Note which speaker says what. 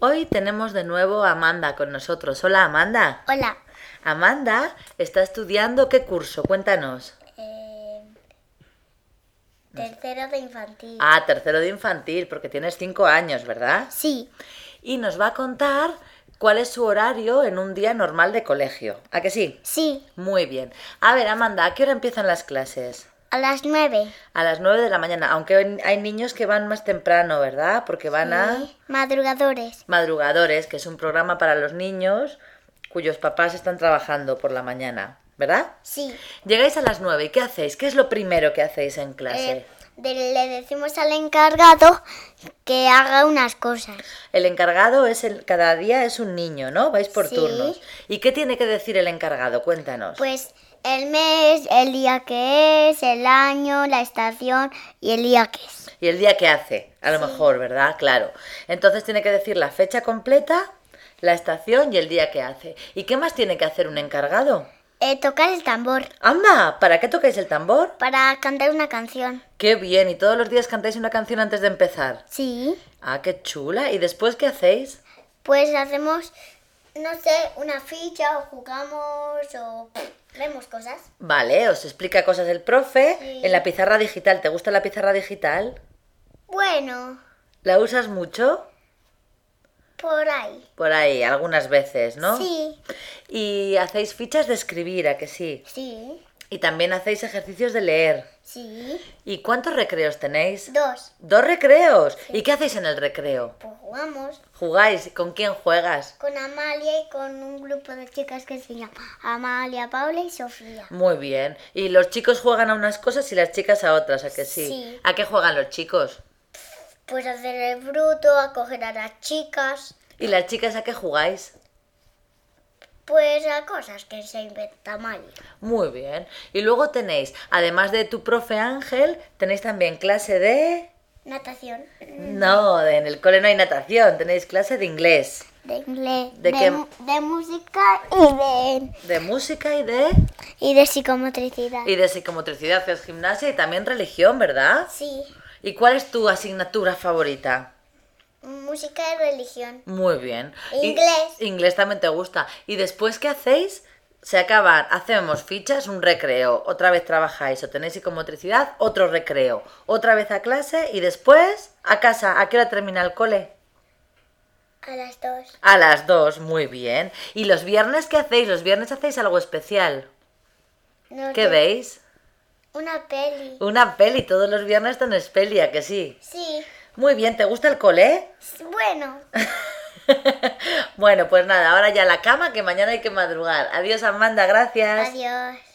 Speaker 1: Hoy tenemos de nuevo a Amanda con nosotros. Hola Amanda.
Speaker 2: Hola.
Speaker 1: Amanda está estudiando qué curso, cuéntanos.
Speaker 2: Eh, tercero de infantil.
Speaker 1: Ah, tercero de infantil, porque tienes cinco años, ¿verdad?
Speaker 2: Sí.
Speaker 1: Y nos va a contar cuál es su horario en un día normal de colegio. ¿A que sí?
Speaker 2: Sí.
Speaker 1: Muy bien. A ver, Amanda, ¿a qué hora empiezan las clases?
Speaker 2: A las nueve.
Speaker 1: A las 9 de la mañana, aunque hay- hay niños que van más temprano, ¿verdad? Porque van a
Speaker 2: Madrugadores.
Speaker 1: Madrugadores, que es un programa para los niños cuyos papás están trabajando por la mañana, ¿verdad?
Speaker 2: Sí.
Speaker 1: Llegáis a las 9 y ¿qué hacéis? ¿Qué es lo primero que hacéis en clase?
Speaker 2: Eh, de- le decimos al encargado que haga unas cosas.
Speaker 1: El encargado es el cada día es un niño, ¿no? Vais por
Speaker 2: Sí.
Speaker 1: turnos. ¿Y qué tiene que decir el encargado? Cuéntanos.
Speaker 2: Pues el mes, el día que es, el año, la estación y el día que es.
Speaker 1: Y el día que hace, a lo mejor, ¿verdad? Claro. Entonces tiene que decir la fecha completa, la estación y el día que hace. ¿Y qué más tiene que hacer un encargado?
Speaker 2: Eh, tocar el tambor
Speaker 1: Anda, ¿para qué tocáis el tambor?
Speaker 2: para cantar una canción.
Speaker 1: Qué bien, y todos los días cantáis una canción antes de empezar.
Speaker 2: Sí.
Speaker 1: Ah, qué chula. ¿Y después qué hacéis?
Speaker 2: Pues hacemos, no sé, una ficha o jugamos o vemos cosas.
Speaker 1: Vale, os explica cosas el profe
Speaker 2: Sí.
Speaker 1: en la pizarra digital. ¿Te gusta la pizarra digital?
Speaker 2: Bueno,
Speaker 1: ¿La usas mucho?
Speaker 2: por ahí.
Speaker 1: Por ahí, algunas veces, ¿no?
Speaker 2: Sí.
Speaker 1: Y hacéis fichas de escribir, ¿a que sí?
Speaker 2: Sí.
Speaker 1: Y también hacéis ejercicios de leer.
Speaker 2: Sí.
Speaker 1: ¿Y cuántos recreos tenéis?
Speaker 2: Dos.
Speaker 1: Dos recreos. ¿Y qué hacéis en el recreo?
Speaker 2: Pues jugamos
Speaker 1: ¿Jugáis? ¿Con quién juegas?
Speaker 2: con Amalia y con un grupo de chicas que se llama Amalia, Paula y Sofía.
Speaker 1: Muy bien. Y los chicos juegan a unas cosas y las chicas a otras, ¿a que sí?
Speaker 2: Sí.
Speaker 1: ¿A qué juegan los chicos?
Speaker 2: Pues hacer el bruto, acoger a las chicas,
Speaker 1: ¿Y las chicas a qué jugáis?
Speaker 2: pues a cosas que se inventa Amalia.
Speaker 1: Muy bien. Y luego tenéis, además de tu profe Ángel, tenéis también clase de...
Speaker 2: Natación.
Speaker 1: No, de- en el cole no hay natación, tenéis clase de inglés,
Speaker 2: De inglés.
Speaker 1: ¿De qué?
Speaker 2: mu- de música y de,
Speaker 1: de música y de...
Speaker 2: y de psicomotricidad.
Speaker 1: Y de psicomotricidad, que es gimnasia y también religión, ¿verdad?
Speaker 2: Sí.
Speaker 1: ¿Y cuál es tu asignatura favorita?
Speaker 2: Música y religión.
Speaker 1: Muy bien. Y-
Speaker 2: Inglés.
Speaker 1: inglés también te gusta. ¿Y después qué hacéis? Se acaban, hacemos fichas, un recreo, otra vez trabajáis o tenéis psicomotricidad, otro recreo, otra vez a clase y después a casa. ¿A qué hora termina el cole?
Speaker 2: A las dos.
Speaker 1: A las dos, muy bien. ¿Y los viernes qué hacéis? Los viernes hacéis algo especial.
Speaker 2: Nos
Speaker 1: ¿Qué
Speaker 2: ve-
Speaker 1: veis?
Speaker 2: Una peli.
Speaker 1: Una peli, todos los viernes tenéis peli, ¿a que sí?
Speaker 2: Sí.
Speaker 1: Muy bien, ¿te gusta el cole?
Speaker 2: S- Bueno.
Speaker 1: bueno, pues nada, ahora ya a la cama que mañana hay que madrugar. Adiós Amanda, gracias.
Speaker 2: Adiós.